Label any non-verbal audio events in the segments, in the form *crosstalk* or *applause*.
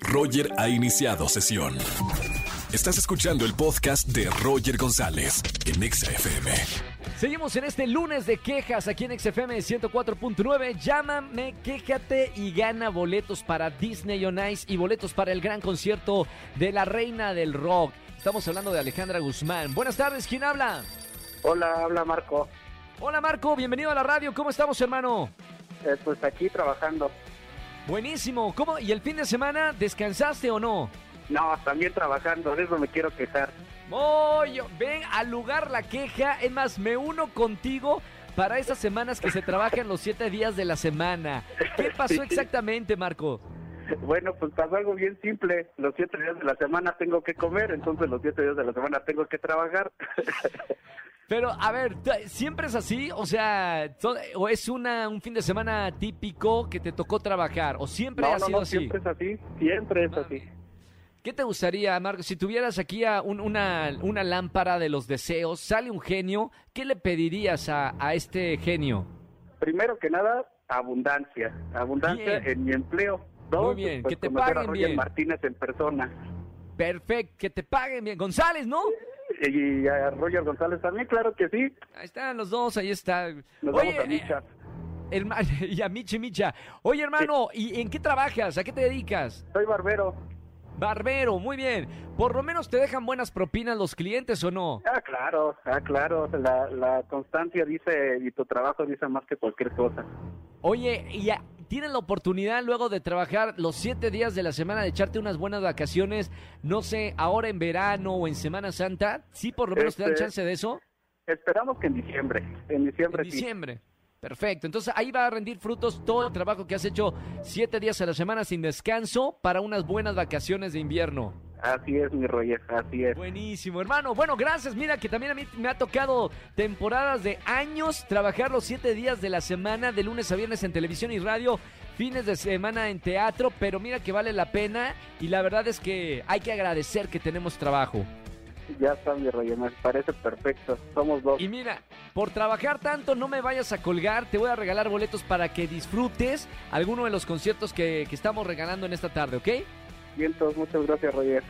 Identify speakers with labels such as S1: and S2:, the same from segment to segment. S1: Roger ha iniciado sesión. Estás escuchando el podcast de Roger González en Exa FM.
S2: Seguimos en este lunes de quejas aquí en XFM 104.9. Llámame, quéjate y gana boletos para Disney on Ice y boletos para el gran concierto de la reina del rock. Estamos hablando de Alejandra Guzmán. Buenas tardes, ¿quién habla?
S3: Hola, habla Marco.
S2: Hola Marco, bienvenido a la radio. ¿Cómo estamos, hermano?
S3: Eh, pues aquí trabajando.
S2: Buenísimo. ¿Cómo? ¿Y el fin de semana descansaste o no?
S3: No, también trabajando, de eso me quiero quejar. *laughs*
S2: Voy, ven al lugar la queja. Es más, me uno contigo para esas semanas que se trabajan los siete días de la semana. ¿Qué pasó exactamente, Marco?
S3: Bueno, pues pasó algo bien simple. Los siete días de la semana tengo que comer, entonces los siete días de la semana tengo que trabajar.
S2: Pero, a ver, t- ¿siempre es así? O sea, to- ¿o es una, un fin de semana típico que te tocó trabajar? ¿O siempre
S3: No,
S2: ha
S3: no,
S2: sido
S3: no,
S2: así?
S3: siempre es así, siempre es así.
S2: ¿Qué te gustaría, Marco? Si tuvieras aquí a un- una, una lámpara de los deseos, sale un genio, ¿qué le pedirías a, a este genio?
S3: Primero que nada, abundancia. Abundancia
S2: Bien.
S3: en mi empleo.
S2: Muy
S3: Dos,
S2: bien,
S3: pues,
S2: que te
S3: conocer a
S2: paguen
S3: Roger
S2: bien.
S3: Martínez en persona.
S2: Perfecto, que te paguen bien. González, ¿no?
S3: Y a Roger González también, claro que sí.
S2: Ahí están los dos, ahí está.
S3: Nos
S2: Oye,
S3: vamos a luchar.
S2: eh, herma- *laughs* y a Michi Micha. Oye, hermano, ¿y en qué trabajas? ¿A qué te dedicas?
S3: Soy barbero.
S2: Barbero, muy bien. Por lo menos te dejan buenas propinas los clientes o no.
S3: Ah, claro, ah, claro. La, la constancia dice y tu trabajo dice más que cualquier cosa.
S2: Oye, y a- tienen la oportunidad luego de trabajar los siete días de la semana, de echarte unas buenas vacaciones, no sé, ahora en verano o en Semana Santa. Sí, por lo menos te dan
S3: Este,
S2: chance de eso.
S3: Esperamos que en diciembre. En diciembre,
S2: En diciembre. Perfecto, entonces ahí va a rendir frutos todo el trabajo que has hecho siete días a la semana sin descanso para unas buenas vacaciones de invierno.
S3: sí. Así es, mi Roger, así es.
S2: Buenísimo, hermano. Bueno, gracias. Mira que también a mí me ha tocado temporadas de años trabajar los siete días de la semana, de lunes a viernes en televisión y radio, fines de semana en teatro, pero mira que vale la pena y la verdad es que hay que agradecer que tenemos trabajo.
S3: Ya está, mi Roger, me parece perfecto. Somos dos.
S2: Y mira, por trabajar tanto no me vayas a colgar, te voy a regalar boletos para que disfrutes alguno de los conciertos que, que estamos regalando en esta tarde, ¿ok?
S3: Vientos, muchas gracias, Roger.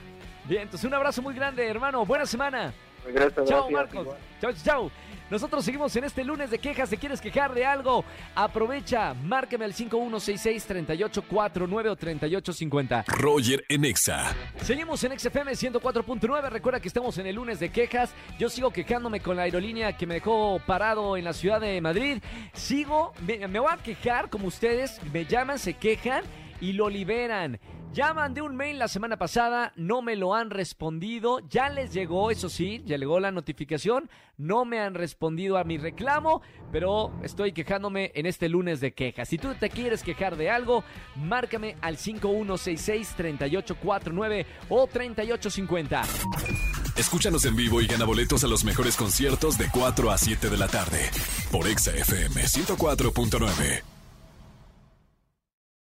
S2: Bien, entonces un abrazo muy grande, hermano. Buena semana.
S3: Regreso,
S2: Chao
S3: gracias.
S2: Marcos. Chao, chao. Nosotros seguimos en este lunes de quejas. ¿Te quieres quejar de algo? Aprovecha. Márqueme al 5166-3849 o 3850.
S1: Roger en Exa.
S2: Seguimos en XFM 104.9. Recuerda que estamos en el lunes de quejas. Yo sigo quejándome con la aerolínea que me dejó parado en la ciudad de Madrid. Sigo, me, me voy a quejar como ustedes. Me llaman, se quejan y lo liberan. Ya mandé un mail la semana pasada, no me lo han respondido. Ya les llegó, eso sí, ya llegó la notificación. No me han respondido a mi reclamo, pero estoy quejándome en este lunes de quejas. Si tú te quieres quejar de algo, márcame al 5166-3849 o 3850.
S1: Escúchanos en vivo y gana boletos a los mejores conciertos de 4 a 7 de la tarde por Exa FM 104.9.